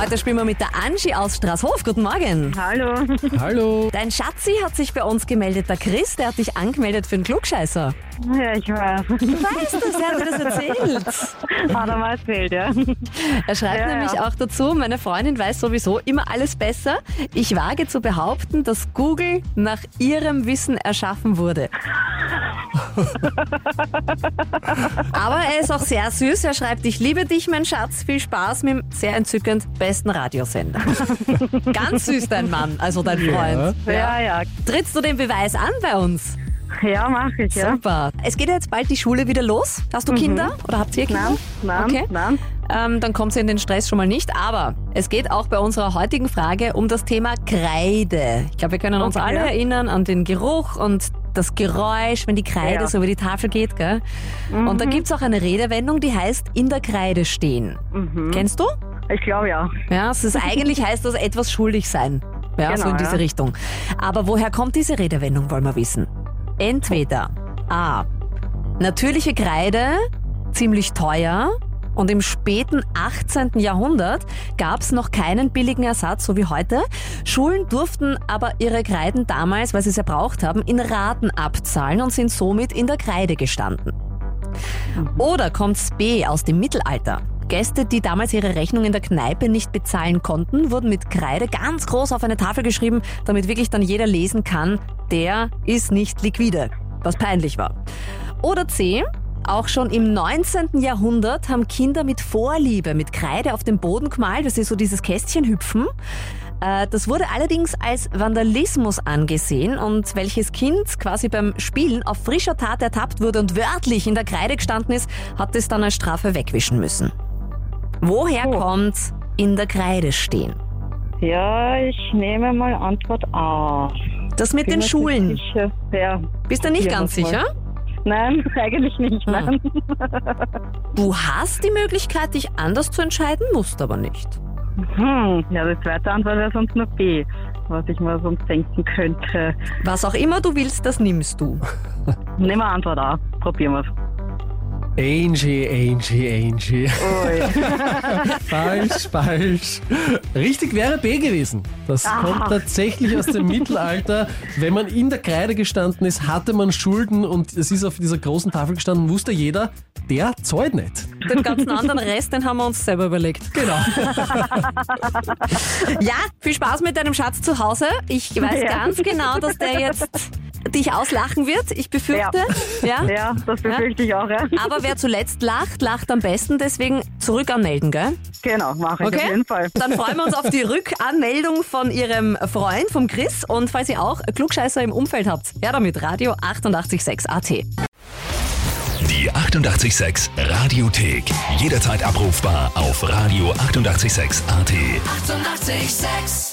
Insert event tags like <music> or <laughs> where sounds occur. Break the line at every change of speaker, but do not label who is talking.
Heute spielen wir mit der Angie aus Straßhof. Guten Morgen.
Hallo. <laughs>
Hallo.
Dein Schatzi hat sich bei uns gemeldet. Der Chris, der hat dich angemeldet für einen Klugscheißer.
Ja, ich weiß.
<laughs> Du weißt das, er hat dir das erzählt.
Hat er mal erzählt, ja.
Er schreibt
Ja, ja.
nämlich auch dazu, meine Freundin weiß sowieso immer alles besser. Ich wage zu behaupten, dass Google nach ihrem Wissen erschaffen <laughs> wurde. Aber er ist auch sehr süß. Er schreibt, ich liebe dich, mein Schatz. Viel Spaß mit dem sehr entzückend besten <laughs> Radiosender. Ganz süß dein Mann, also dein Freund.
Ja, ja.
Trittst du den Beweis an bei uns?
Ja, mach ich, ja. Mhm.
Super. Es geht ja jetzt bald die Schule wieder los. Hast du Kinder oder habt ihr Kinder?
Nein, nein,
okay.
nein.
Ähm, dann kommt sie in den Stress schon mal nicht. Aber es geht auch bei unserer heutigen Frage um das Thema Kreide. Ich glaube, wir können uns
Okay.
alle erinnern an den Geruch und das Geräusch, wenn die Kreide
Ja. Mhm.
so über die Tafel geht. Gell? Und da gibt's auch eine Redewendung, die heißt in der Kreide stehen.
Mhm.
Kennst du?
Ich glaube ja.
Ja, es ist eigentlich heißt das etwas schuldig sein. Ja, so
Genau,
in diese
ja.
Richtung. Aber woher kommt diese Redewendung, wollen wir wissen. Entweder A. Natürliche Kreide, ziemlich teuer. Und im späten 18. Jahrhundert gab's noch keinen billigen Ersatz, so wie heute. Schulen durften aber ihre Kreiden damals, weil sie es erbraucht haben, in Raten abzahlen und sind somit in der Kreide gestanden. Oder kommt's B aus dem Mittelalter? Gäste, die damals ihre Rechnung in der Kneipe nicht bezahlen konnten, wurden mit Kreide ganz groß auf eine Tafel geschrieben, damit wirklich dann jeder lesen kann, der ist nicht liquide, was peinlich war. Oder C, auch schon im 19. Jahrhundert haben Kinder mit Vorliebe mit Kreide auf dem Boden gemalt, dass sie so dieses Kästchen hüpfen. Äh, Das wurde allerdings als Vandalismus angesehen und welches Kind quasi beim Spielen auf frischer Tat ertappt wurde und wörtlich in der Kreide gestanden ist, hat es dann als Strafe wegwischen müssen. Woher
Oh.
kommt in der Kreide stehen?
Ja, ich nehme mal Antwort A.
Das mit
Bin mir
den
nicht
Schulen.
sicher. Ja.
Bist du nicht
Ja,
ganz
voll.
sicher? Ah.
Nein, <laughs> eigentlich nicht. Nein.
Du hast die Möglichkeit, dich anders zu entscheiden, musst aber nicht.
Hm. Ja, die zweite Antwort wäre sonst nur B, was ich mir sonst denken könnte.
Was auch immer du willst, das nimmst du.
Nehmen wir Antwort A. Probieren wir's.
Angie, Angie, Angie.
Ui.
Falsch, falsch. Richtig wäre B gewesen. Das kommt tatsächlich aus dem Mittelalter. Wenn man in der Kreide gestanden ist, hatte man Schulden und es ist auf dieser großen Tafel gestanden, wusste jeder, der zahlt nicht.
Den ganzen anderen Rest, den haben wir uns selber überlegt. Genau. <laughs> ja, viel Spaß mit deinem Schatz zu Hause. Ich weiß
Ja.
ganz genau, dass der jetzt dich auslachen wird. Ich befürchte. Ja.
Ja, das befürchte ich auch, ja.
Aber wer zuletzt lacht, lacht am besten. Deswegen zurück anmelden, gell?
Genau, mache ich
Okay.
auf jeden Fall.
Dann freuen wir uns auf die Rückanmeldung von Ihrem Freund, vom Chris. Und falls ihr auch Klugscheißer im Umfeld habt, ja damit, Radio 886 AT.
Die 88,6 Radiothek. Jederzeit abrufbar auf radio886.at. 88,6.
Eighty-eight, sex.